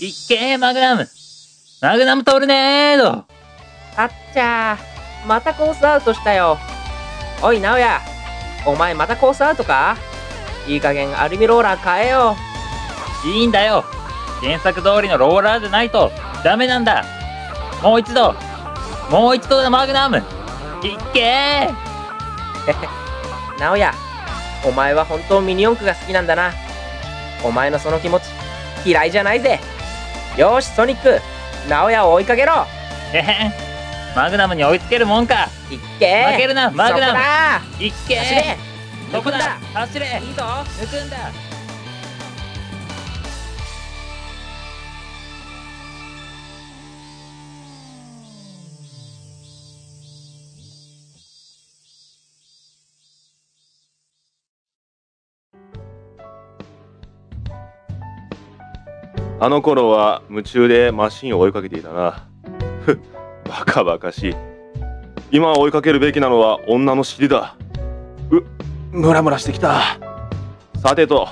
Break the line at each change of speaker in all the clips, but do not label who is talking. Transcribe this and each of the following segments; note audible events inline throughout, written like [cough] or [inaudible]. いっけーマグナムマグナムトルネード
あっちゃー、またコースアウトしたよ。おい、直哉、お前またコースアウトかいい加減アルミローラー変えよ
いいんだよ原作通りのローラーでないとダメなんだもう一度もう一度だマグナムいっけー
う。直哉、お前は本当ミニ四駆が好きなんだな。お前のその気持ち、嫌いじゃないぜ。よーし、ソニック、直哉を追いかけろ。
えへんマグナムに追いつけるもんか
いっけー。
負けるなマグナム
ム。
いっけ
走れ
ー。どこだ
行
走れ
いいぞ。
抜くんだ
あの頃は夢中でマシンを追いかけていたな。ふっ、バカバカしい。今追いかけるべきなのは女の尻だ。う、ムラムラしてきた。さてと、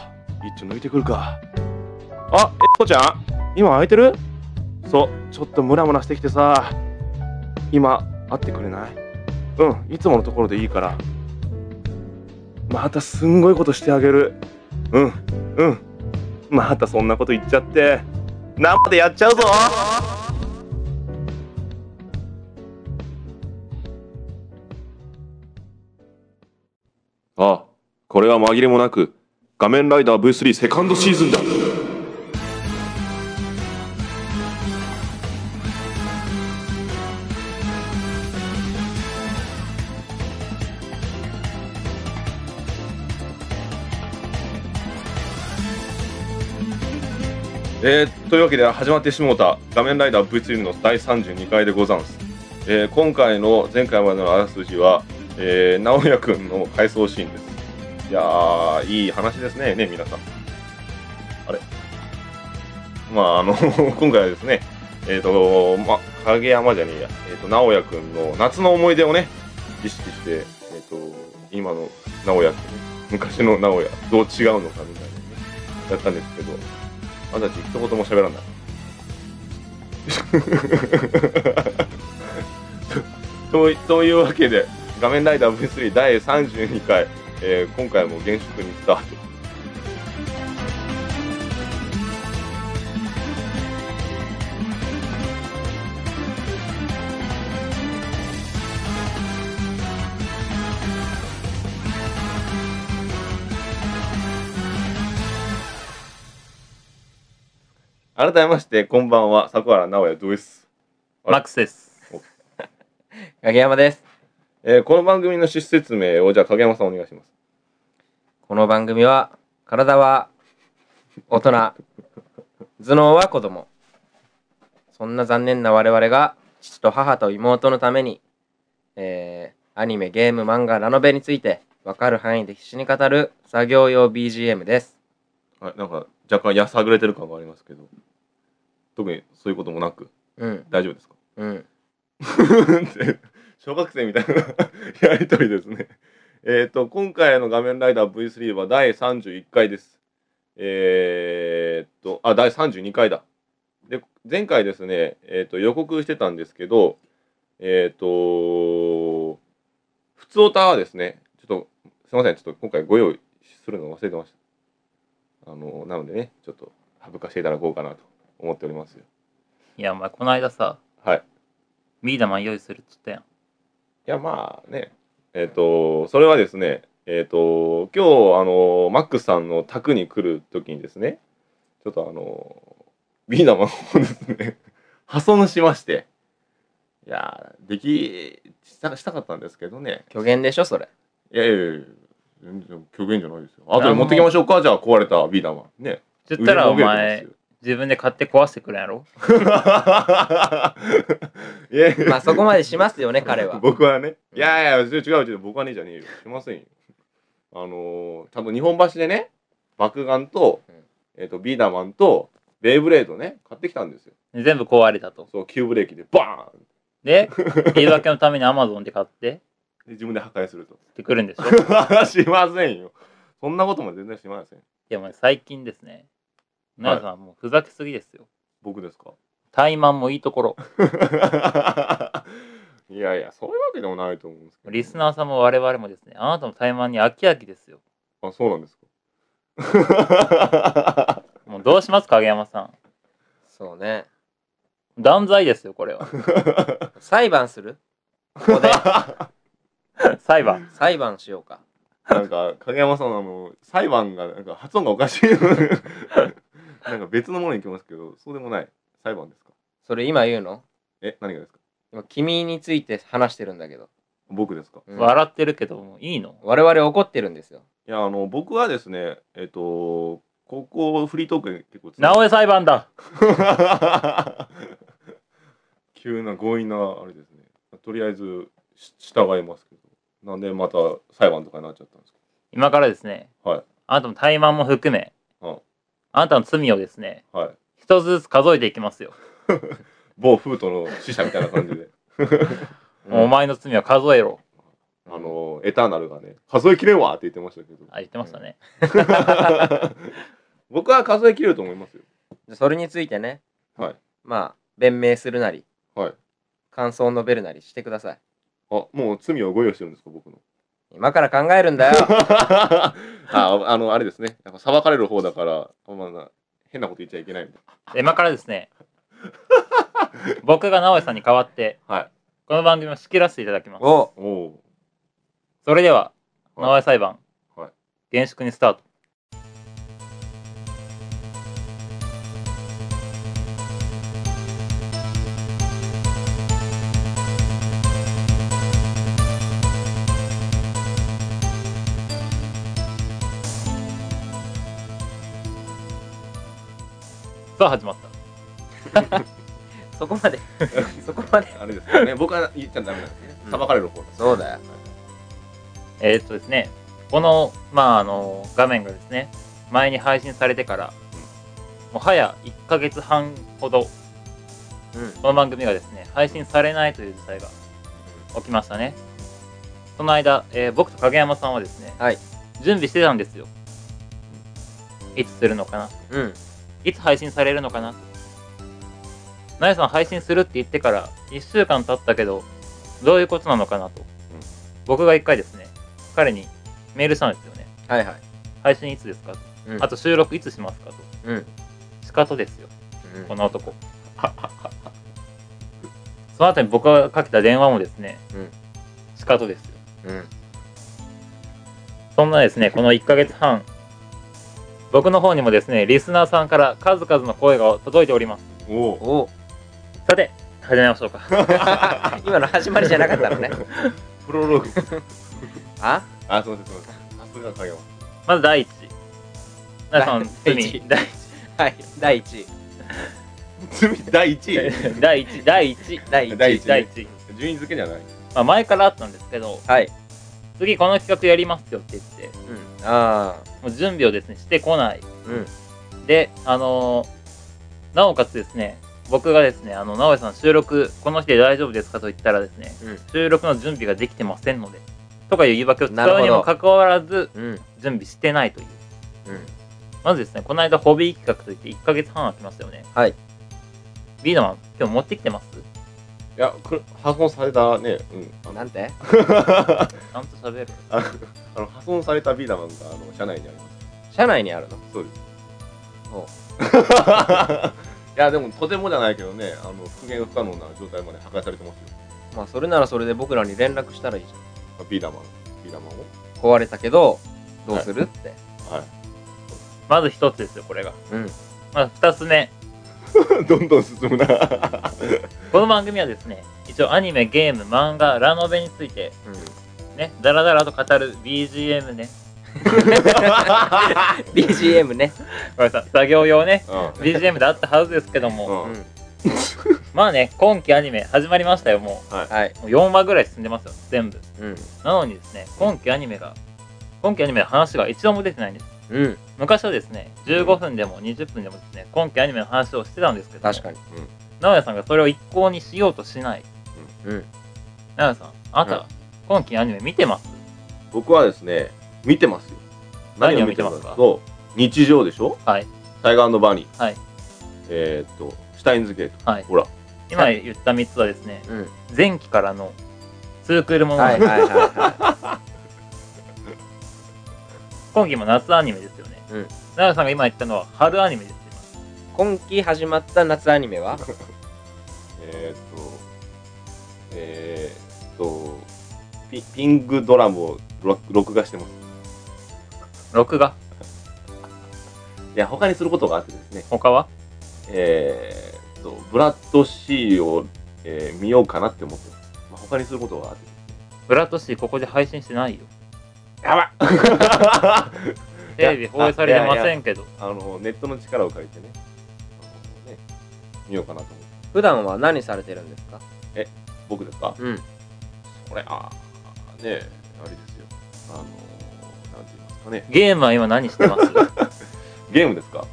一丁抜いてくるか。あ、えっこちゃん今空いてるそう、ちょっとムラムラしてきてさ。今、会ってくれないうん、いつものところでいいから。またすんごいことしてあげる。うん、うん。またそんなこと言っちゃって生でやっちゃうぞあこれは紛れもなく「仮面ライダー V3 セカンドシーズンだ」えー、というわけで始まってしもうた「仮面ライダー V3」の第32回でござんす、えー今回の前回までのあらすじは、えー、直哉くんの回想シーンですいやーいい話ですねね皆さんあれまああの [laughs] 今回はですねえっ、と、ま、影山じゃねえや、えー、と直哉くんの夏の思い出をね意識してえっ、と今の直哉くん昔の直哉どう違うのかみたいなねやったんですけどあんたたち一言も喋らない。 [laughs] とというわけで、画面ライダー V3 第32回、えー今回も原色にスタート。改めまして、こんばんは、桜原直也どうです。あれ
マックスです
影山です。
えーこの番組の趣旨説明を、じゃあ影山さんお願いします。
この番組は体は大人頭脳は子供そんな残念な我々が父と母と妹のために、えーアニメゲーム漫画ラノベについて分かる範囲で必死に語る作業用 BGM です
あなんか、若干やさぐれてる感がありますけど、特にそういうこともなく、
うん
大丈夫ですか
うん
って [laughs] 小学生みたいなやりとりですね。えっ、と、今回の画面ライダー V3 は第31回です。えー、と、あ、第32回だ。で、前回ですね、えっ、と、予告してたんですけど、えっ、と、普通オタはですね、ちょっと、すいません、ちょっと今回ご用意するの忘れてました。あの、なのでね、ちょっと省かせていただこうかなと思っておりますよ。
いやお前この間さ
はい。
ビーダマン用意するっつったやん
いやまあねえっ、とそれはですねえっ、と今日あのマックスさんの宅に来る時にですねちょっとあのビーダマンをですね [laughs] 破損しましていやーできしたしたかったんですけどね
虚言でしょそれ
いやいやいや全然虚言じゃないですよ後で持ってきましょうかじゃあ壊れたビーダマンね
言ったらお
上に伸びる
前
と
自分で買って壊してくれんやろ
思うんですよ [laughs] いやいや
まあそこまでしますよ [laughs]
[laughs]
ね彼は
僕はね。いやいや、違う違う違う、僕はねじゃねえよ。しませんよ。あのー、ちゃんと日本橋でね、爆眼と
うん、
えっ、と、ビーダーマンと、ベイブレードね、買ってきたんですよ。
全部壊れたと
そう、急ブレーキでバーン
で言い訳のためにアマゾンで買って
で、自分で破壊すると。 [laughs]
ってくるんでしょ
しませんよ。そんなことも全然しません。
いやもう最近ですね。ナヤさん、もうふざけすぎですよ。
僕ですか [laughs]
怠慢もいいところ。
いやいやそういうわけでもないと思うんですけど
リスナーさんも我々もですね、あなたの怠慢に飽き飽きですよ。
あそうなんですか
もうどうしますか、影山さん。
そうね
断罪ですよ、これは。
裁判するこ [laughs] こで
裁判。
裁判しようか [laughs]
なんか影山さんのあの裁判がなんか発音がおかしい [laughs] なんか別のものに行きますけどそうでもない裁判ですか
それ今言うの
え何がですか
今君について話してるんだけど、
僕ですか
うん
笑ってるけども、いいの
我々怒ってるんですよ
いやあの僕はですねえっとここフリートークに結構つな
直江裁判だ。
[laughs] 急な強引なあれですねとりあえずし従いますけどなんでまた裁判とかになっちゃったんですか
今からですね、
はい
あなたの怠慢も含め、
うん
あなたの罪をですね、
はい
一つずつ数えていきますよ。
某フートの死者みたいな感じ
[laughs]
で
もうお前の罪は数えろ。
あのエターナルがね数えきれんわって言ってましたけど
あ、言ってましたね。
[laughs] 僕は数え切れると思いますよ
じゃあそれについてね
はい
まあ弁明するなり
はい
感想を述べるなりしてください
あもう罪をご用意してるんですか僕 [laughs] の
今から考えるんだ [laughs] よ
ああのあれですねやっぱ裁かれる方だからあんまな変なこと言っちゃいけないみたい
今からですね、僕が直江さんに代わって、
なはい
この番組を仕切らせていただきます。
お
おお
それでは、
はい
直江裁判、
はい
厳粛にスタート。さあ始まった。
そこまでそこまで
[laughs] あれですよね僕は言っちゃダメなんですね
うん
裁かれる方です
そうだよ
えーっとですね、この、まあ、あの、画面がですね、前に配信されてから、もはや1ヶ月半ほど、
うん
この番組がですね、配信されないという事態が起きましたね。その間、えー僕と影山さんはですね、
はい
準備してたんですよ。いつするのかな
うん
いつ配信されるのかななえさん配信するって言ってから1週間経ったけど、どういうことなのかなと、僕が1回ですね、彼にメールしたんですよね。
はいはい
配信いつですかと、
うん
あと収録いつしますかと
うん
仕方ですよ
うん
この男 [laughs] その後に僕がかけた電話もですね、
うん
仕方ですよ
うん
そんなですねこの1ヶ月半僕の方にもですねリスナーさんから数々の声が届いております
おお
お
さて始めましょうか
今の始まりじゃなかったの [laughs] ね
プロローグ
あ
あすいませんすいませんさすが影山
まず第一皆さんの
第
罪
一
第
はい第1位
一第一第一第
第1位
罪第一位第一
一
順位付けじゃない
まあ、前からあったんですけど
はい、
次この企画やりますよって言って
うん、ああ
もう準備をですねしてこない
うん
で、あのーなおかつですね、僕がですね、あの、直江さん収録、この日で大丈夫ですかと言ったらですね、
うん
収録の準備ができてませんので、とかいう言い訳を使
なる
う
ほ
に
ど
もかかわらず、
うん
準備してないという。
うん
まずですね、この間ホビー企画といって1ヶ月半空きましたよね。
はい。
ビーダマン、今日持ってきてます
いやこれ破損されたねうんあの
なんて
ちゃんと喋る。
あのあの破損されたビーダマンがあの車内にあります
社内にあるの
そうです
お
いやでもとてもじゃないけどねあの復元が不可能な状態まで破壊されてますよ
まあそれならそれで僕らに連絡したらいいじゃ
ビーダマンビーダマンを
ん壊れたけどどうするって、
は
まず一つですよ、これが。
うん
まず二つ目。
い [laughs] どんどん進むなは
この番組はですね、一応アニメ、ゲーム、漫画、ラノベについて、
うん、
ね、ダラダラと語る BGM ね。
BGM ね、
ごめんなさい、作業用ね。
うん
BGM だったはずですけど
う
も、
ん
うん、
まあね今期アニメ始まりましたよも
はい、
うもう4話ぐらい進んでますよ全部
うん、
なのにですね今期アニメが今期アニメの話が一度も出てないんです
うん、
昔はですね15分でも20分でもですね今期アニメの話をしてたんですけど
確かに、
直哉さんがそれを一向にしようとしない
うん、
直哉さんあなた、
うん
今期アニメ見てます
僕はですね見てますよ
何を見てますか
何を見てると日常でしょ
はい
タイガーバニー
はい
えーっとシタインズゲート。
はい、
ほら
今言った3つはですね
うん。
前期からのツークールものな
は
ん
い
で
はいはいは
今期も夏アニメですよね、
うん
奈良さんが今言ったのは春アニメですよ
い。今期始まった夏アニメ [laughs] は
えーっと、えーっと、ピピングドラムを録録画してます。
録画
いや、他にすることがあってですね、
他は
えーっと、ブラッド C を、えー見ようかなって思ってます。まあ、他にすることがあって。
ブラッドシーここで配信してないよ
やばい
テレビ放映されてませんけど
[laughs] あの、ネットの力を借りてね、あのね見ようかなと思って。
普段は何されてるんですか
僕ですか
うん。
これ、あーねえ、あれですよ。あのー、なんて言いますかね。
ゲームは今何してます
ゲームですか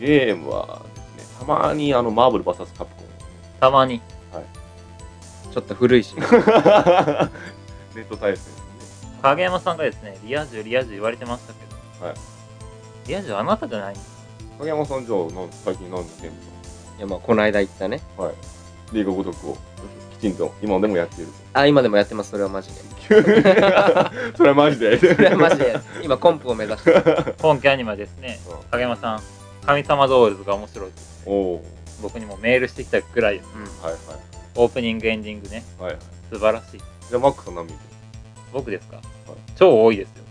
ゲームはですね、たまにあの、マーブル VS カプコンをね、
たまに
ちょっと古 [laughs] いし。
[laughs] ネット対戦ですね。
影山さんがですねリア充リア充言われてましたけど、
はい
リア充あなたじゃないんです
影山さんじゃあ、なん最近何のゲーム
いや、まあ、この間言ったね。
とはい。リーグごとくをきちんと [laughs] 今でもやっている
あ、今でもやってます。それはマジで。
と。それはマジで。
それはマジで。今、コンプを目指してる。
今期アニメはですね
うん
影山さん神様ドールズが面白いです
おお
僕にもメールしてきたくらい
はい
オープニングエンディングね
はい。はいはい。
素晴らしい
じゃあ、マックさん何見て
僕ですか、超多いですよ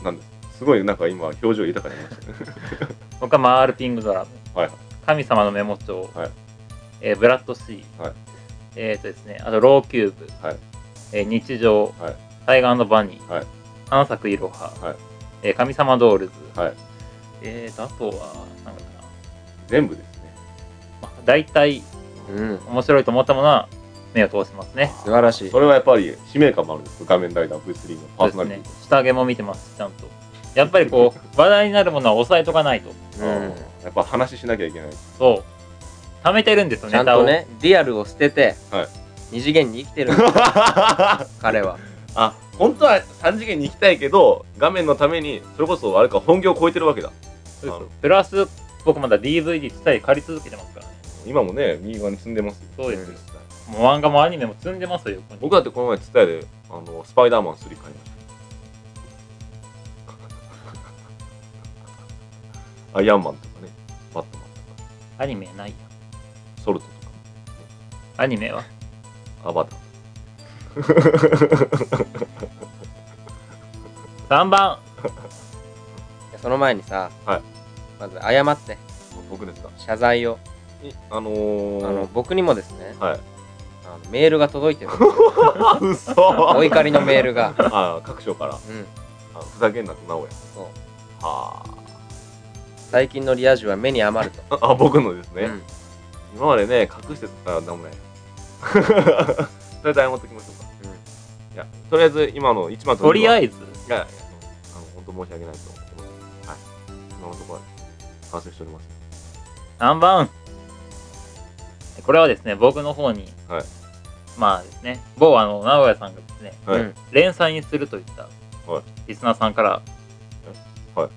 るなんですすごいなんか今、表情豊かになりましたね。
僕はマールピングドラム、
[laughs] はい
神様のメモ帳、
はい
えーブラッドシー、
はい
えーとですね、あとローキューブ、
はい
えー日常、
はい
タイガーバニー、
はい
花咲くいろは、
はい
えー神様ドールズ、
はい
えーとあとはなんだかな、
全部ですね。
まあ、大体
うん。
面白いと思ったものは目を通しますね。
素晴らしい
そ。れはやっぱり使命感もあるんです画面ライダー V3 のパーソナリティ
そうですね、下着も見てます、ちゃんと。やっぱりこ
[laughs]
う、話題になるものは抑えとかないと。
うん。
やっぱ話しなきゃいけない。
そう。貯めてるんですよ、
ちゃ
ネ
ん
タ
と
を。
ね、リアルを捨てて、
はい
二次元に生きてるん [laughs] だ彼は。
[laughs] あ本当は3次元に行きたいけど画面のためにそれこそあれか本業を超えてるわけだ
そうそうプラス、僕まだ DVD 自体借り続けてますからね。
今もね右側に住んでますよ
そうですよ。
うん
もう漫画もアニメも積んでますよ、横に
僕だってこの前ツタヤであのスパイダーマン3買いま [laughs] したアイアンマンとかねバットマンとか
アニメないや。
ソルトと
アニメは。
かアバター
3番、
いやその前にさ、
はい
まず謝って、
僕ですか
謝罪を。
いあの
あ
ー、
の僕にもですね、
はい
[laughs] あのメールが届いて [laughs] る。
あ嘘
お怒りのメールが。
あ各所から
うん。
あふざけんなと直哉
そう。
は
最近のリア充は目に余ると。
ああ僕のですね、
うん
今までね、隠してたらダメ [laughs] だよ。それで謝っときましょうか。
うん
いや、とりあえず今の一番
とりあ
ず。
えず、
いや、いやあの、本当申し訳ないと思ってます。はい。今のところは、反省しております。
3番。これはですね、僕の方に、
はい
まあですね、某あの、名古屋さんがですね、
はい
うん
連載にするといった
はい、
リスナーさんから、
はい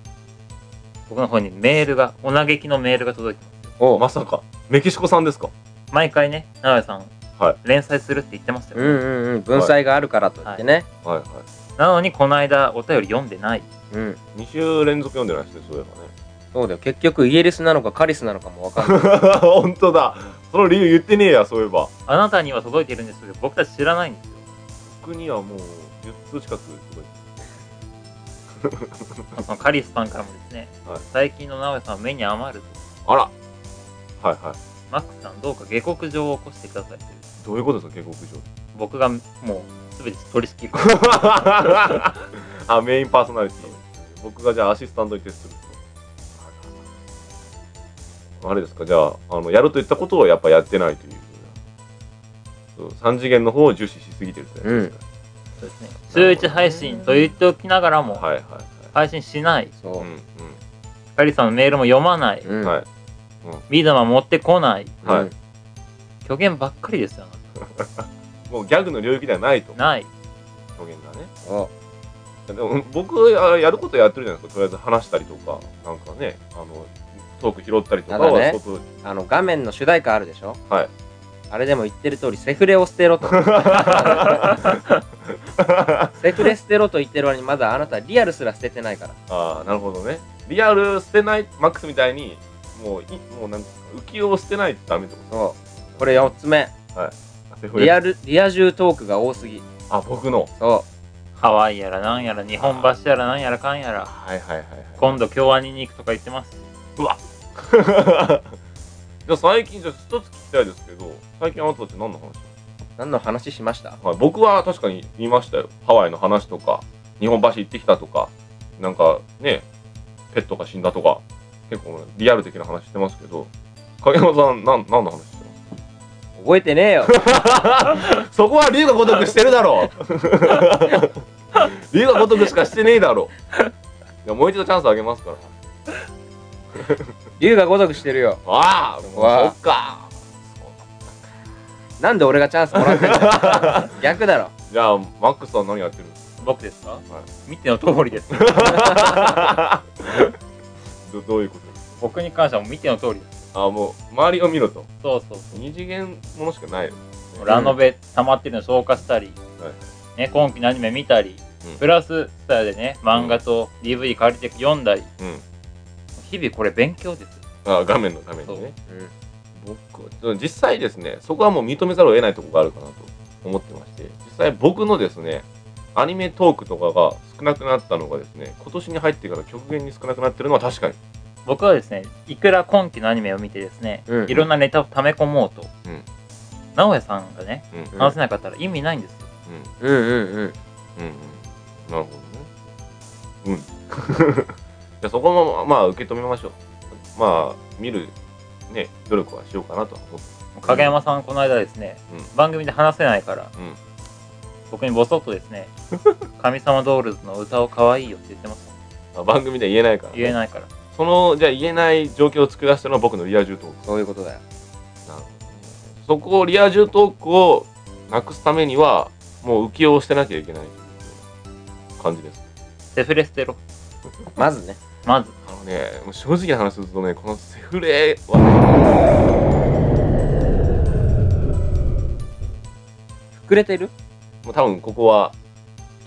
僕の方にメールが、お嘆きのメールが届いてますよ。
おまさか、メキシコさんですか
毎回ね、名古屋さん、
はい
連載するって言ってましたよ。
うんうんうん。文才があるからといってね。
はいはい。
なのに、この間、お便り読んでない。
うん。
2週連続読んでない人そういえ
そうだよ。結局イギリスなのかカリスなのかもわかん
[laughs]
ない。
ばね。本当だ。その理由言ってねえや、そういえば。
あなたには届いてるんですけど、僕たち知らないんですよ。
僕にはもう、10通近く届いて
そのカリスさんからもですね、
はい
最近の直江さんは目に余ると、
あら。はいはい。
マックスさんどうか下克上を起こしてくださいという、
どういうことですか、警告状。
僕がもう全て取り仕切る。
[laughs] あメインパーソナリティ僕がじゃあアシスタントに徹するあれですかじゃああのやると言ったことをやっぱやってないというそう3次元の方を重視しすぎてるってやつですか
そうですね。週一配信と言っておきながらも、
はいはいはい
配信しない。
そうう。
ん
カリスさんのメールも読まない。
うん。
うんはい
ビーダマン持ってこない。
うん
はい
虚言ばっかりですよ。
もうギャグの領域ではないと
ない。
表現がね
そ
でも僕あやることやってるじゃないですかとりあえず話したりとかなんかねあのトーク拾ったりとか
ただ
は
ね
一つ、
あの画面の主題歌あるでしょ
はい
あれでも言ってる通りセフレを捨てろと
[laughs]
セフレ捨てろと言ってる割にまだあなたリアルすら捨ててないから
ああなるほどねリアル捨てないマックスみたいにもういもうなんですか浮世を捨てないとダメって
そ
こ
うこれ4つ目
と
リアルリア充トークが多すぎ
あ僕の
そ
ハワイやらなんやら日本橋やらなんやらかんやら
はいはいはいはい
今度京アニに行くとか言ってます
[laughs] じゃあ最近じゃあ一つ聞きたいですけど最近あなたたち何の話、
う何の話しました
はい、僕は確かに見ましたよハワイの話とか日本橋行ってきたとかなんかねペットが死んだとか結構リアル的な話してますけど影山さんなん何の話して
覚えてねえよ
ますそこは龍が如くしてるだ [laughs] ろう龍が如くしかしてねえだろういやもう一度チャンスあげますから
龍が如くしてるよ
ああ
わあ
そっか
なんで俺がチャンスもらってんの逆だろ
じゃあマックスは何やって [laughs] るんですか
僕ですか、
は
見ての通りです
どどういうことですか
僕に関してはもう見ての通りです
ああもう周りを見ろと
そうそうそ
二次元ものしかないよ、
うラノベ溜まってるの消化したり、ね、今期のアニメ見たり、
うん
プラススタイルでね漫画と DV 借りて読んだり
うん
日々これ勉強ですよ
あ画面のためにね
うん
僕は実際ですねそこはもう認めざるを得ないところがあるかなと思ってまして実際僕のですねアニメトークとかが少なくなったのがですね今年に入ってから極限に少なくなってるのは確かに
僕はですねいくら今期のアニメを見てですね、
うん
いろんなネタを溜め込もうと、
うん
直哉さんがね
うんうん
話せなかったら意味ないんですよ、
うんうんうん
うんうんなるほどねうん [laughs] じゃあそこもまあ受け止めましょうまあ見るね努力はしようかなとは思って
影山さんこの間ですね、
う
番組で話せないから、
うん
僕にボソッと
[laughs]
ですね「神様ドールズの歌を可愛いよ」って言ってます
まあ番組では言えないから、ね、
言えないから
そのじゃあ言えない状況を作らせたのは僕のリア充トーク
そういうことだよ
なるほどねそこをリア充トークをなくすためにはもう浮世をしてなきゃいけない感じです
セフレ捨てろ
まずね
まず
あのねもう正直な話するとねこのセフレは
膨れてる
もう多分ここは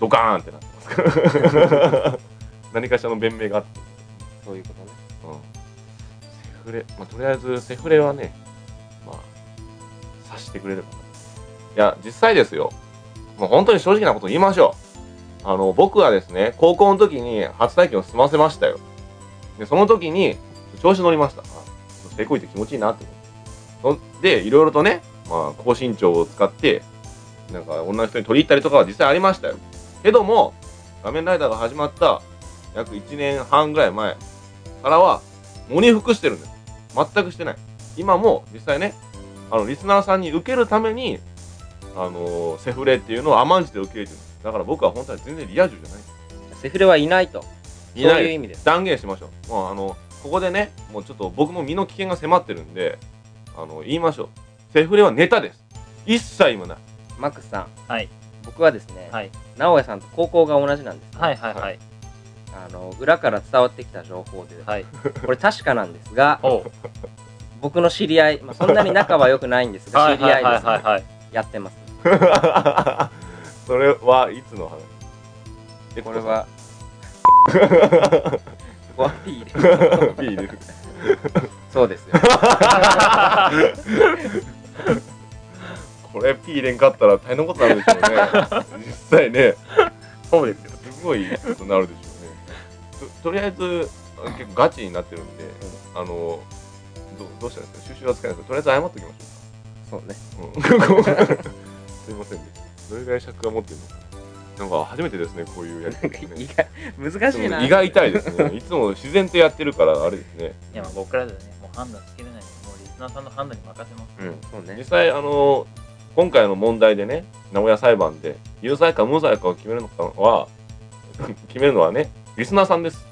ドカーンってなってますから [laughs] 何かしらの弁明があって、
そういうことね
うんセフレ、まあ、とりあえずセフレはねまあ察してくれればいや実際ですよもう本当に正直なこと言いましょうあの僕はですね高校の時に初体験を済ませましたよでその時に調子乗りましたあせこいって気持ちいいなって思ってそんでいろいろとね、まあ、高身長を使ってなんか女の人に取り入ったりとかは実際ありましたよけども仮面ライダーが始まった約1年半ぐらい前からは喪に服してるんです全くしてない今も実際ねあのリスナーさんに受けるためにあのーセフレっていうのを甘んじて受け入れてるんですだから僕は本当は全然リア充じゃない
セフレはいないと
いない
そういう意味です
断言しましょう。もうあのここでね、もうちょっと僕も身の危険が迫ってるんで、あの言いましょう。セフレはネタです。一切今ない。
マックスさん
はい
僕はですね、
はい
直哉さんと高校が同じなんです、
はいはいは
はい
あの裏から伝わってきた情報で、
はい
これ確かなんですが
おう
僕の知り合い、まあ、そんなに仲は良くないんです
は
が
い
知り
は
合
い
いで
は
す、
いはいはい
やってます
[laughs] それはいつの話？え
これ。はここは P で
P 入れる。
そうですよ
[laughs] これ P 入れんかったら大変なことになるでしょ
[laughs]
うね。実際ね、
[laughs] そうですよ
すごいことになるでしょうね。ととりあえずあの結構ガチになってるんで、あのどどうしたらいいですか？収集はつかないですけど、とりあえず謝っておきましょ
そう
う。
ね
うん [laughs] すいませんね。どれぐらい尺が持ってるのかな。なんか初めてですね、こういうやり方、
意
ね。
外 [laughs] 難しいな
胃が痛いですね。いつも自然とやってるから、あれですね。
いやまあ僕らではねもう判断つけれないんでもうリスナーさんの判断に任せます
うん。
そう
実
ね
際、あの今回の問題でね、名古屋裁判で、有罪か無罪かを決めるのかは、 [laughs] 決めるのはね、リスナーさんです。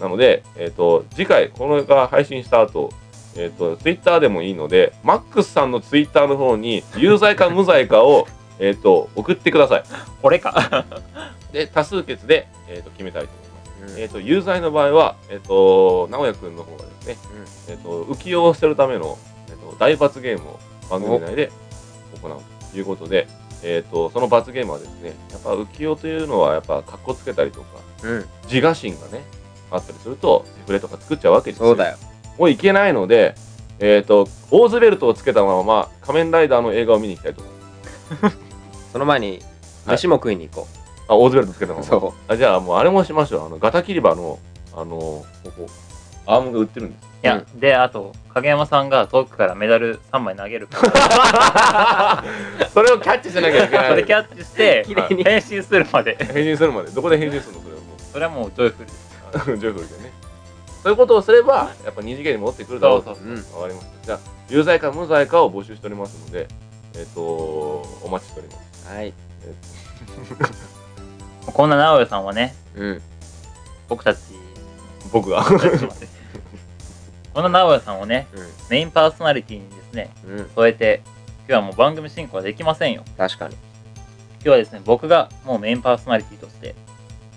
なので、えっ、と、次回、これが配信した後、えっ、と、ツイッターでもいいので、マックスさんのツイッターの方に、有罪か無罪かを、 [laughs] えっと、送ってください。
俺か
で多数決で、えー、と決めたいと思います、
うん
えー、と有罪の場合は、えー、と直哉君の方がですねと浮世を捨てるための、えっと、大罰ゲームを番組内で行うということで、えっと、その罰ゲームはですねやっぱ浮世というのはやっぱ格好つけたりとか
うん
自我心がねあったりするとセフレとか作っちゃうわけですよ
そうだよ
もういけないので、えっとオーズベルトをつけたまま仮面ライダーの映画を見に行きたいと思います
その前に
はい
飯も食いに行こ
あオーズベルトつけたま
う
ま
そ
あじゃあもうあれもしましょうあのガタキリバのあのここアームが売ってるんです
[laughs]
いや、で、あと、影山さんが遠くからメダル3枚投げる
[laughs]
から、
それをキャッチしなきゃいけない
それキャッチして、
綺麗に
変身するまで。
返信するまでどこで返信するのそれはもう
それはもうジョイフルです。
ジョイフルでね。そういうことをすれば、やっぱ二次元に戻ってくるだろうと。
そう
わ
そ
うん
かりました。じゃあ、有罪か無罪かを募集しておりますので、えっ、とお待ちしております。
うはい
こんな直江さんはね、
うん
僕たち、
僕が。
僕たちもねこんな直江さんをね、メインパーソナリティにですね、
うんうん
添えて、今日はもう番組進行はできませんよ。
確かに
今日はですね、僕がもうメインパーソナリティとして、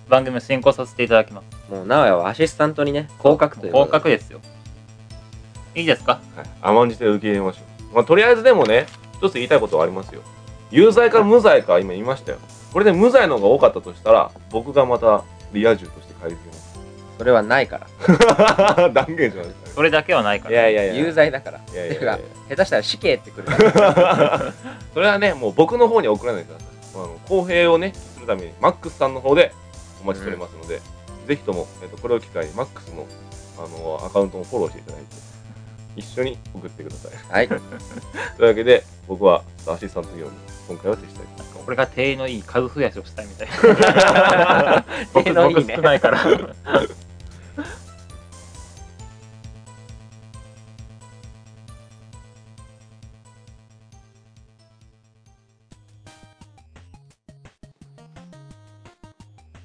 番組を進行させていただきます。
もう直哉はアシスタントにね降格という
合
こと
格ですよ。いいですか
はい甘んじて受け入れましょう。まあ、とりあえずでもね、一つ言いたいことはありますよ。有罪か無罪か、今言いましたよ。これで無罪の方が多かったとしたら、僕がまたリア充として帰り
でそれはないから
ます。 [laughs] 断言しました
それだけはないか
ね。い
ら。
やいやいや。
有罪だから
いやいやい
て
や
か
い
下
や。
手したら死刑ってくるから
それはね、もう僕の方に送らないでください。あの公平をね、するために、マックスさんの方でお待ちしておりますので、ぜひとも、えっとこれを機会に、マックスのあのアカウントもフォローしていただいて、一緒に送ってくださ
[laughs]
い。
はい
というわけで、僕はアシスタント業に今回は徹したいと
これが定員のいい数増やしをしたいみたいな。
定員のいい
[laughs] 僕僕
ね
少ないから。 [laughs]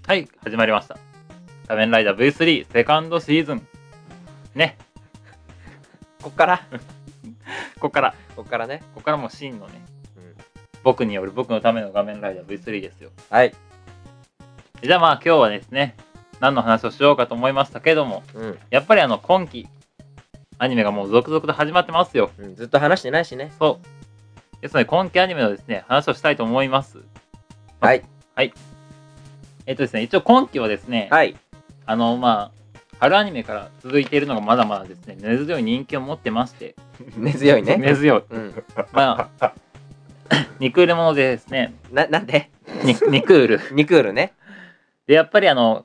はい、始まりました。仮面ライダー V3 セカンドシーズン。ね、
こっから
ここから、
こっからね
ここからもう真のね、
うん
僕による僕のための画面ライダー V3 ですよ。
はい
じゃあまあ今日はですね、何の話をしようかと思いましたけども、
うん
やっぱりあの今期、アニメがもう続々と始まってますよ。
うんずっと話してないしね
そう。ですので今期アニメのですね、話をしたいと思います。
はい
えっとですね、一応今期はですね、
はい
あのまあ、春アニメから続いているのがまだまだですね、根強い人気を持ってまして、
根強い
[laughs]
ね
根強い。
うん
ま
[laughs]
あ、肉売れ物でですね、
ななんで
に肉売る。
ニクールね
で、やっぱりあの、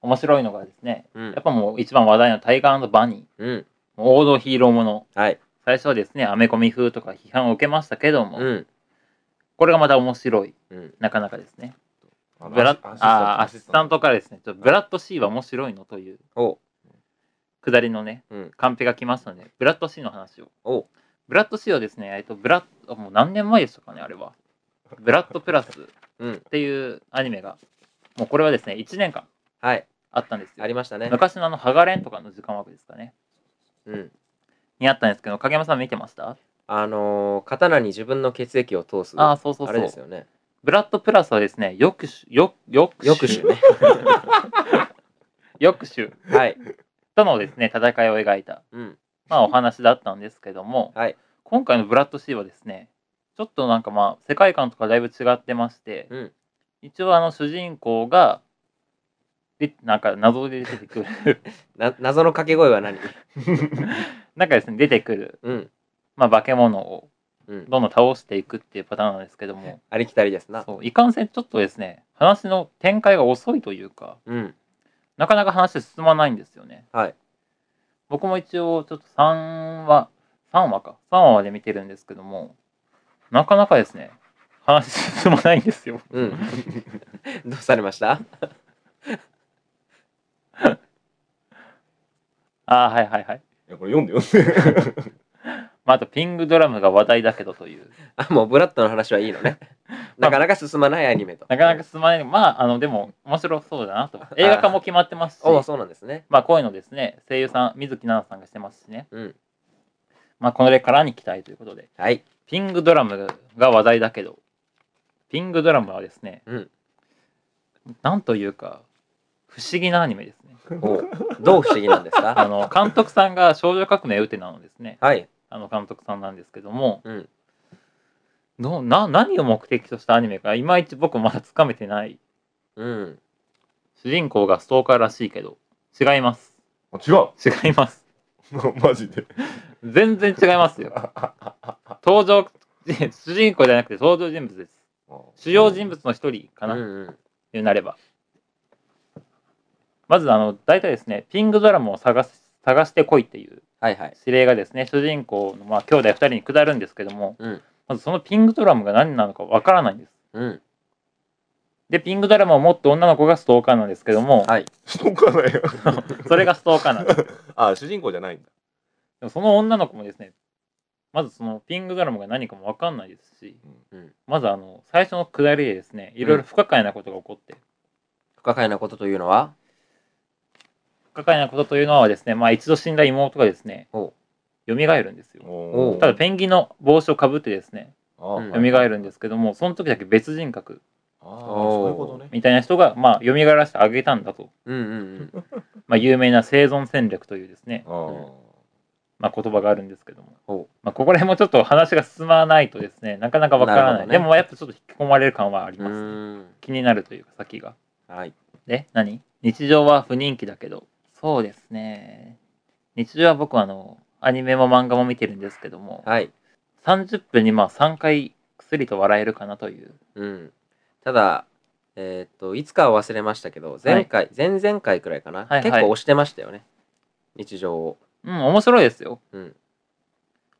面白いのがですね、
うん
やっぱもう一番話題のタイガーバニー。
うん
もう王道ヒーローもの。
はい
最初はですね、アメコミ風とか批判を受けましたけども、
うん
これがまた面白い。
うん
なかなかですね。
思います。
ブラッあーアシスタン
ト。
トからですね、ちょっとブラッド C は面白いのという
おう
くだりのね、
うん
カンペが来ましたので、ブラッド C の話を。
おう
ブラッド C はですね、えっと、ブラッもう何年前でしたかね、あれは。ブラッドプラスっ
うん
ていうアニメが、もうこれはですね、1年間
はい
あったんですよ。
ありましたね
昔のあの、ハガレンとかの時間枠ですかね。
うん
にあったんですけど、影山さん見てました
あのー刀に自分の血液を通す
ああ、そうそうそう。
あれですよね
ブラッドプラスはですね、よくし、よ、よくし、
抑止ね
よくしゅ
はい
とのですね、戦いを描いた、
うん
まあお話だったんですけども、
はい
今回のブラッド C はですね、ちょっとなんかまあ、世界観とかだいぶ違ってまして、
うん
一応あの主人公が、でなんか謎で出てくる [laughs]
な謎の掛け声は何
なんかですね出てくる、
うん
まあ、化け物を
うん
どんどん倒していくっていうパターンなんですけども
ありきたりですな
そういかんせんちょっとですね話の展開が遅いというか
うん
なかなか話進まないんですよね。
はい。
僕も一応ちょっと3話、3話か、3話まで見てるんですけども、なかなかですね、話進まないんですよ。
うん [laughs] どうされました [laughs]
ああ、はいはいはい。
いや、これ読ん [laughs] で読んで。
まあ、あと、ピングドラムが話題だけどという。
あもうブラッドの話はいい
[laughs]
のねなかなか進まないアニメと
なかなか進まない。まあ、あの、でも、面白そうだなと。映画化も決まってますし、
おおそうなんですね
まあ、こういうのですね、声優さん、水木奈々さんがしてますしね。
うん
まあ、これからに期待ということで。
はい
ピングドラムが話題だけど、ピングドラムはですね、
うん
なんというか、不思議なアニメですね。
おうどう不思議なんで
[laughs]
す
あ
か
の監督さんが少女革命ウテナのですね
はい
あの監督さんなんですけども、
うん
のな何を目的としたアニメかいまいち僕まだつかめてない
うん
主人公がストーカーらしいけど違います
あ違う
違います
[laughs]
マジ [laughs] で。
全然違いますよ登場 [laughs] 主人公じゃなくて登場人物です主要
[laughs]
人物の一人かな、
うんうん
いうなればまずあの大体ですねピングドラムを探す探してこいっていう
はいはい
指令がですね主人公のまあ兄弟2人に下るんですけども、
うん
まずそのピングドラムが何なのかわからないんです
うん
でピングドラムを持った女の子がストーカーなんですけども、
はい
ストーカーなんや。
それがストーカーなんですで
[laughs] あ、主人公じゃないんだ。
もその女の子もですねまずそのピングドラムが何かもわかんないですし、
うん
まずあの最初の下りでですねいろいろ不可解なことが起こって、
不可解なことというのは
不可解なことというのはですね、まあ、一度死んだ妹がですね
お
蘇るんですよ
おう
ただペンギンの帽子をかぶってですね
あ
うん
蘇るんですけどもその時だけ別人格
あー、そういうことね。
みたいな人が、まあ、蘇らせてあげたんだと、
うんうんうん
まあ、有名な生存戦略というですね、
あー
まあ、言葉があるんですけども、
ほ
まあ、ここら辺もちょっと話が進まないとですねなかなかわからな
なる
い
ほどね
でもやっぱちょっと引き込まれる感はあり [laughs]
う
ます、
ーん
気になるというか先が
はい
で何日常は不人気だけどそうですね日常は僕はあのアニメも漫画も見てるんですけども
はい
30分にまあ3回くすりと笑えるかなという
うんただえーっといつかは忘れましたけど前回前々回くらいか
はい
な
はい
結構押してましたよね日常を
うん面白いですよ、
うん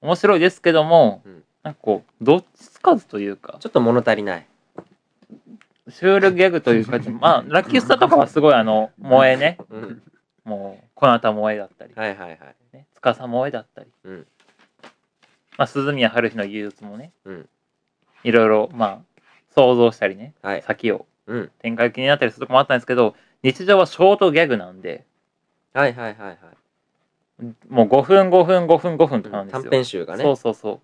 面白いですけども、
うん
なんかこうどっちつかずというか
ちょっと物足りない
シュールギャグというか、ま
[laughs]
あ、ラッキースタとかはすごいあの、萌えね。 [laughs]
うん
もう、こなた萌えだったり、
はいはいはい
ね、つかさ萌えだったり。
うん
まあ、鈴宮春日の憂鬱もね、
うん
いろいろ、まあ、想像したりね、
はい
先を、
うん
展開気になったりするとこもあったんですけど、日常はショートギャグなんで、
はいはいはいはい
もう5分5分5分5分とかなんですよ。
短編集がね
そうそうそう。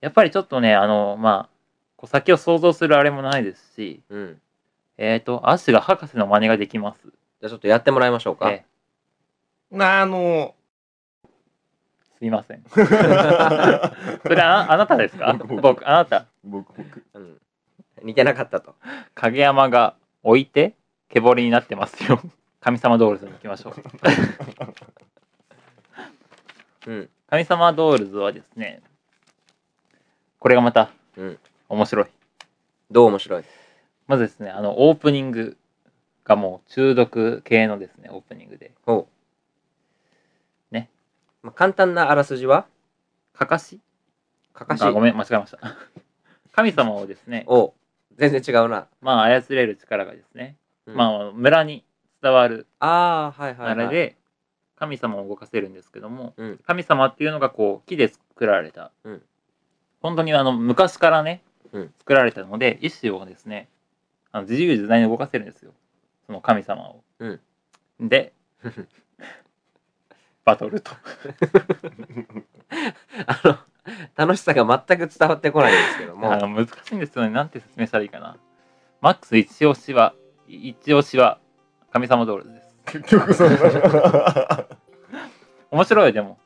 やっぱりちょっとね、あの、まあ、こう先を想像するあれもないですし、
うん
えっ、と、アッシュが博士の真似ができます。
じゃあちょっとやってもらいましょうか
ええ
あの
すいません。 [laughs] それああなたですか
僕
僕、あなた。
僕僕
うん似てなかったと
影山が置いて、毛彫りになってますよ。神様ドールズに行きましょう。
うん
神様ドールズはですね、これがまた、
うん
面白い。
どう面白い
まずですね、あの、オープニングがもう中毒系のですね、オープニングで。
ほう
ね
まあ簡単なあらすじは
かかし
かかし
あごめん、間違えま
[laughs]
した。神様をですね、
おう全然違うな
まあ、操れる力がですね、
うん
まあ、村に伝わる
ああはいはいは
あ
い
れで神様を動かせるんですけども、
うん
神様っていうのがこう木で作られた、
うん
本当にあの昔からね、
うん
作られたので意志をですねあの自由自在に動かせるんですよその神様を、
うん [laughs]
でバトルと
あの楽しさが全く伝わってこないんですけど
あ
も
の難しいんですよねなんて説明したらいいかなマックス一押しは一押しは神様ドールズです
結局そうだ。
面白いでも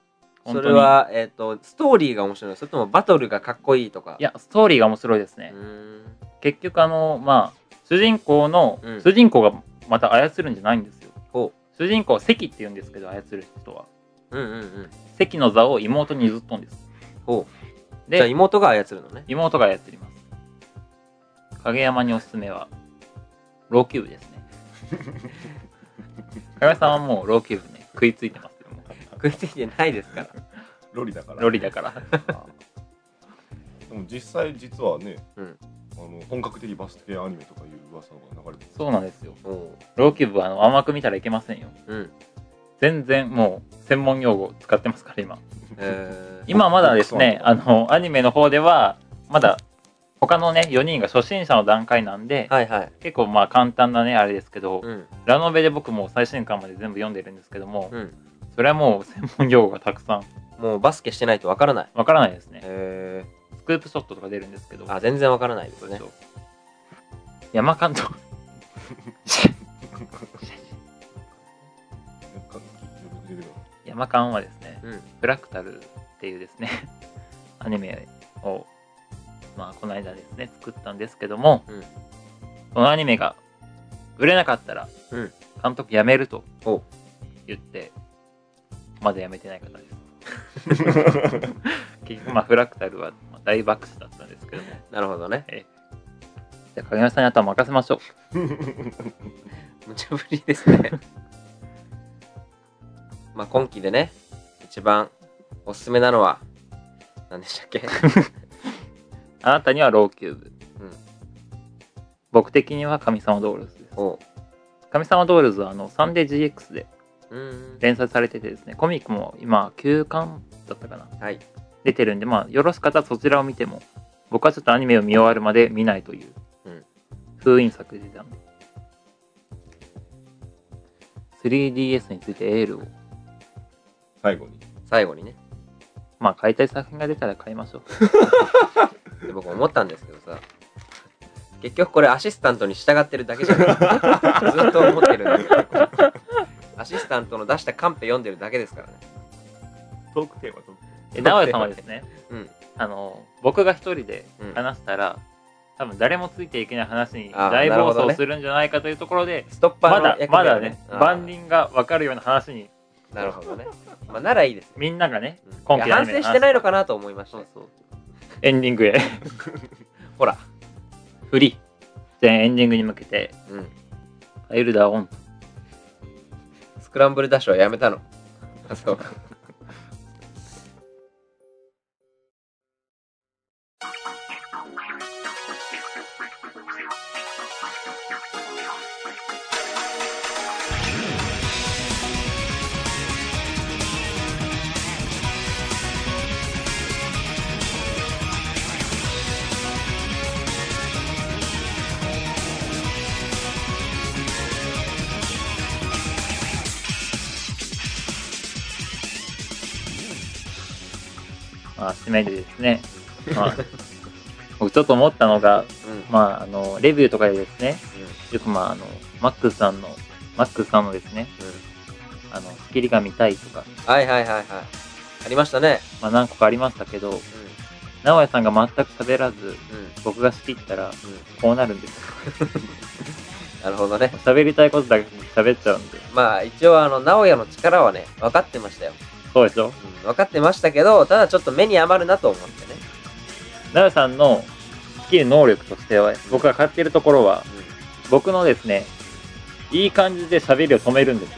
本
そ
当に
れはえっ、とストーリーが面白いそれともバトルがかっこいいとか
いやストーリーが面白いですね、
うーん
結局あのまあ主人公の、
うん
主人公がまた操るんじゃないんですよ
ほ
主人公は関って言うんですけど操る人は
ううんうんうん
関の座を妹に譲ったんです
ほうじゃあ
で
妹が操るのね
妹が操ります影山におすすめはローキューブですね
[laughs]
影山さんはもうローキューブね食いついてますよも
食いついてないですから
ロリだか
う
ら。
ロリだから
でも実際実はね、
うん
あの本格的バスケアニメとかいう噂が流れてる。
そうなんですよ
おう
ローキューブはあの甘く見たらいけませんよ
うん
全然もう専門用語使ってますから今
えー、
今まだですね
そう
あのアニメの方ではまだ他のね4人が初心者の段階なんで、
はいはい
結構まあ簡単なねあれですけど、
うん
ラノベで僕もう最新刊まで全部読んでるんですけども、
うん
それはもう専門用語がたくさん
もうバスケしてないとわからない
わからないですね
え
スクープショットとか出るんですけど
ー、あ全然わからないで
[laughs]
す
そう
ね
そう山関東山間はですね、
うん
フラクタルっていうですね、アニメを、まあ、この間ですね、作ったんですけども、
うん
このアニメが売れなかったら
うん、
監督辞めると
お
言って、まだ辞めてない方 [laughs] です。結局、まあ、フラクタルはまあ大爆笑だったんですけども、
なるほどね。
じゃあ、影山さんにあとは任せましょう。
無茶ぶりですね。 [laughs] まあ今期でね、一番おすすめなのは、何でしたっけ [laughs]
あなたにはローキューブ。
うん
僕的には神様ドールズです。
おう。
神様ドールズはあのサンデー GX で
うん。
連載されててですね、コミックも今9巻だったかな。
はい。
出てるんで、まあ、よろしかったらそちらを見ても、僕はちょっとアニメを見終わるまで見ないという
うん、
封印作で出たんで。3DS についてエールを、
最後に。
最後にね。
まあ、買いたい作品が出たら買いま
[laughs]
しょう。
で僕思ったんですけどさ、結局これアシスタントに従ってるだけじゃ [laughs] ないずっと思ってるんだけど。アシスタントの出したカンペ読んでるだけですからね。
トークテーマ、トークテ
え、直江さんはですね、
うん。
あの、僕が一人で
うん
話したら、多分誰もついていけない話に
あー
大
なる
暴
ほどね
走するんじゃないかというところで、
ストッパ
ま
ーの
だ
役、
ま
割
だ
を
ね、
あー
万人が分かるような話に、
なるほどね。まあ、ならいいです。
みんながね
うん、
今期
いや反省してないの
か。
かなと思いました
そう。そう。エンディングへ。
ほら。
[laughs] フリー。全エンディングに向けて、
うん。
エルダーオン。
スクランブルダッシュはやめたの。あ、そう。
まあ、締めでですね。まあ、 [laughs] 僕ちょっと思ったのが、
うん。
まあ、あの、レビューとかでですね、
うん
よくまあ、あの、マックスさんの、マックスさんのですね、あの、仕切りが見たいとか、
はいはいはいはい。ありましたね。
まあ、何個かありましたけど、直哉さんが全く喋らず、
うん。うん。
僕が仕切ったら、
うん。
こうなるんです。
なるほどね。
喋りたいことだけ喋っちゃうんで。
まあ一応あの、直哉の力はね、分かってましたよ。
そうでしょ
うん、分かってましたけど、ただちょっと目に余るなと思ってね。
ナウさんのスキル能力としては、僕が買ってるところは、
う
僕のですね、いい感じで喋りを止めるんですよ。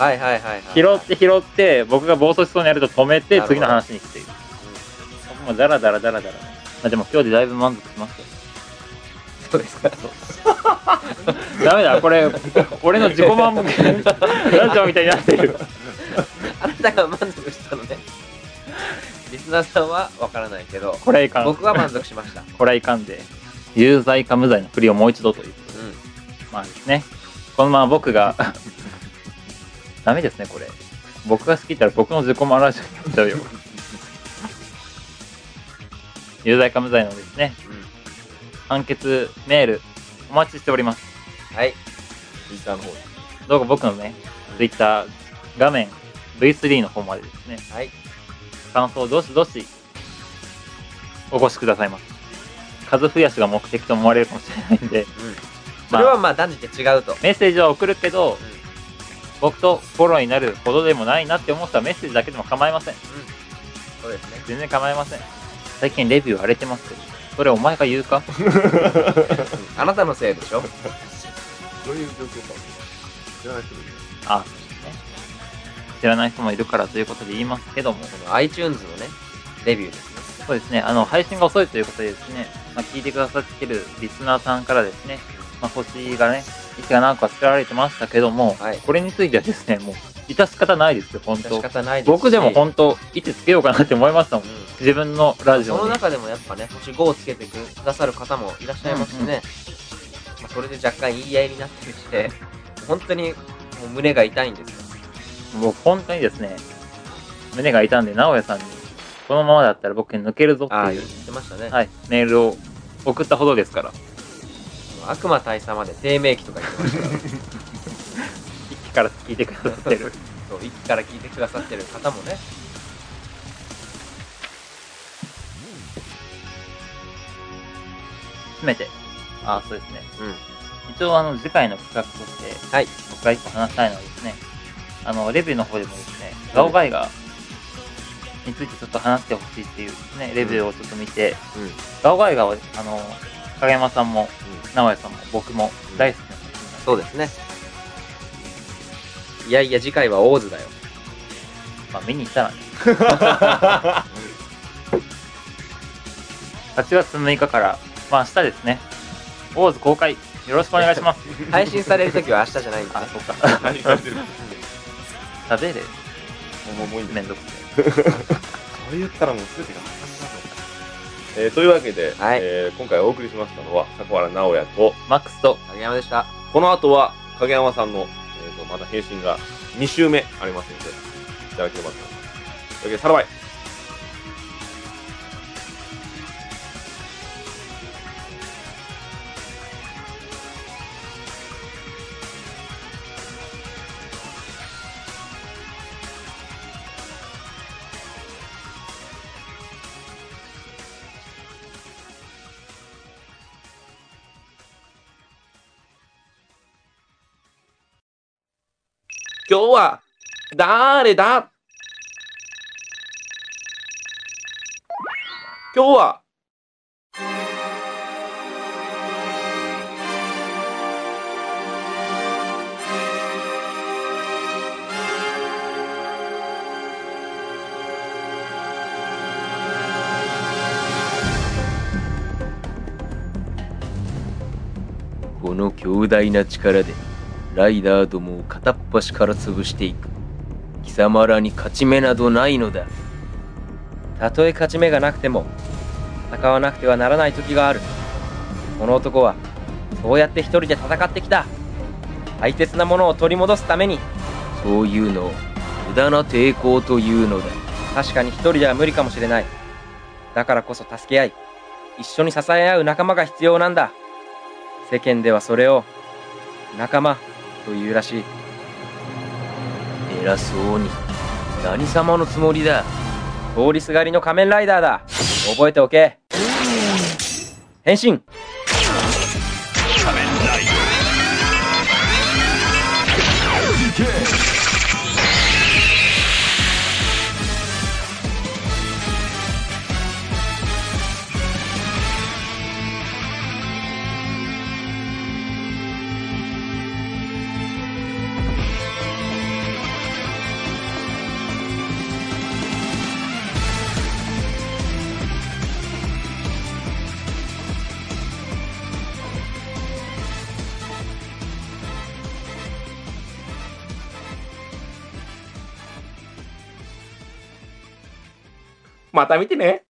ん。はいはいはいはい。
拾って拾って、僕が暴走しそうにやると止めて、
なるほど
次の話に来ている。僕もダラダラダラダラ。まあでも今日でだいぶ満足しましたよ。
そうですか。
ダメだ、これ、俺の自己満足
[laughs]
ラジオみたいになってる。
あなたが満足したのね。リスナーさんは分からないけど、
これいかん。
僕は満足しました。
これいかんで、有罪か無罪のふりをもう一度という。
うん。
まあですね、このまま僕が、 [laughs] ダメですね、これ。僕が好きったら僕の自己満ラジオになっちゃうよ。有罪か無罪のですね、
う
判決メール、お待ちしております。
ん。は
ー
い。
マ。インターの方で。
どうか僕のね、Twitter 画面 V3 の方までですね、
はい。
感想をどしどしお越しくださいます。数増やしが目的と思われるかもしれないんで、
うん。そ
ま
れは
あ、
まあ断じて違うと。
メッセージは送るけど、
うん。
僕とフォローになるほどでもないなって思ったらメッセージだけでも構いません
そうですね。
全然構いません最近レビュー荒れてますけどそれお前が言うか
あなたのせいでしょ。
どういう状況か。知らない人もいる
あ知らない人もいるからということで言いますけども
この iTunes のね、レビューですね。
そうですねあの配信が遅いということでですね、まあ、聞いてくださってるリスナーさんからですね、まあ、星がね息が何個かつけられてましたけども、
はい
これについてはですねもう致し方ないですよ本
仕
当
方ないですし
僕でも本当位置つけようかなって思いましたもん
うん
自分のラジ
そ
オ
の
に
中でもやっぱね、星5をつけてくださる方もいらっしゃいますしね、まあ、それで若干言い合いになってるして、本当にもう胸が痛いんですよ。
もう本当にですね、胸が痛んで、直哉さんに、このままだったら僕抜けるぞって
ああ、
い
言
う
っ、てましたね。
はい、メールを送ったほどですから、
悪魔大佐まで低迷期とか言ってましたから。
[laughs]
[laughs]
一気から聞いてくださってる
そう一気から聞いてくださってる方もね
詰めて、あ、そうですね。
うん
一応、あの、次回の企画として、
はい
僕が一個話したいのはですね、あの、レビューの方でもですね、ガオガイガーについてちょっと話してほしいっていうですね、レビューをちょっと見て、
うん
ガオガイガーは、あの、影山さんも、直江さんも、僕も大好きな作品なんで、
そうですねいやいや次回は大津だよ
まあ、見に行った [laughs] らね。8月6日から、まあ、明日ですね、オーズ公開、よろしくお願いします。
配信される時は明日じゃないんだ
あ、
ね
そうか。
何されてる
喋れ、
もうもういいんだ
め
よ
んどくさい。
そう言ったらもう全てが発達したぞえーというわけで、
はい
えー今回お送りしましたのは坂原直也と
マックスと、
影山でした
この後は影山さんの、えーとまた返信が2週目ありますのでいただければと思います。というわけでさらばい今日は誰だ今日は
この強大な力でライダーどもを片っ端から潰していく貴様らに勝ち目などないのだたとえ勝ち目がなくても戦わなくてはならない時があるこの男はそうやって一人で戦ってきた大切なものを取り戻すためにそういうのを無駄な抵抗というのだ確かに一人では無理かもしれないだからこそ助け合い一緒に支え合う仲間が必要なんだ世間ではそれを仲間というらしい偉そうに何様のつもりだ通りすがりの仮面ライダーだ覚えておけ変身
また見てね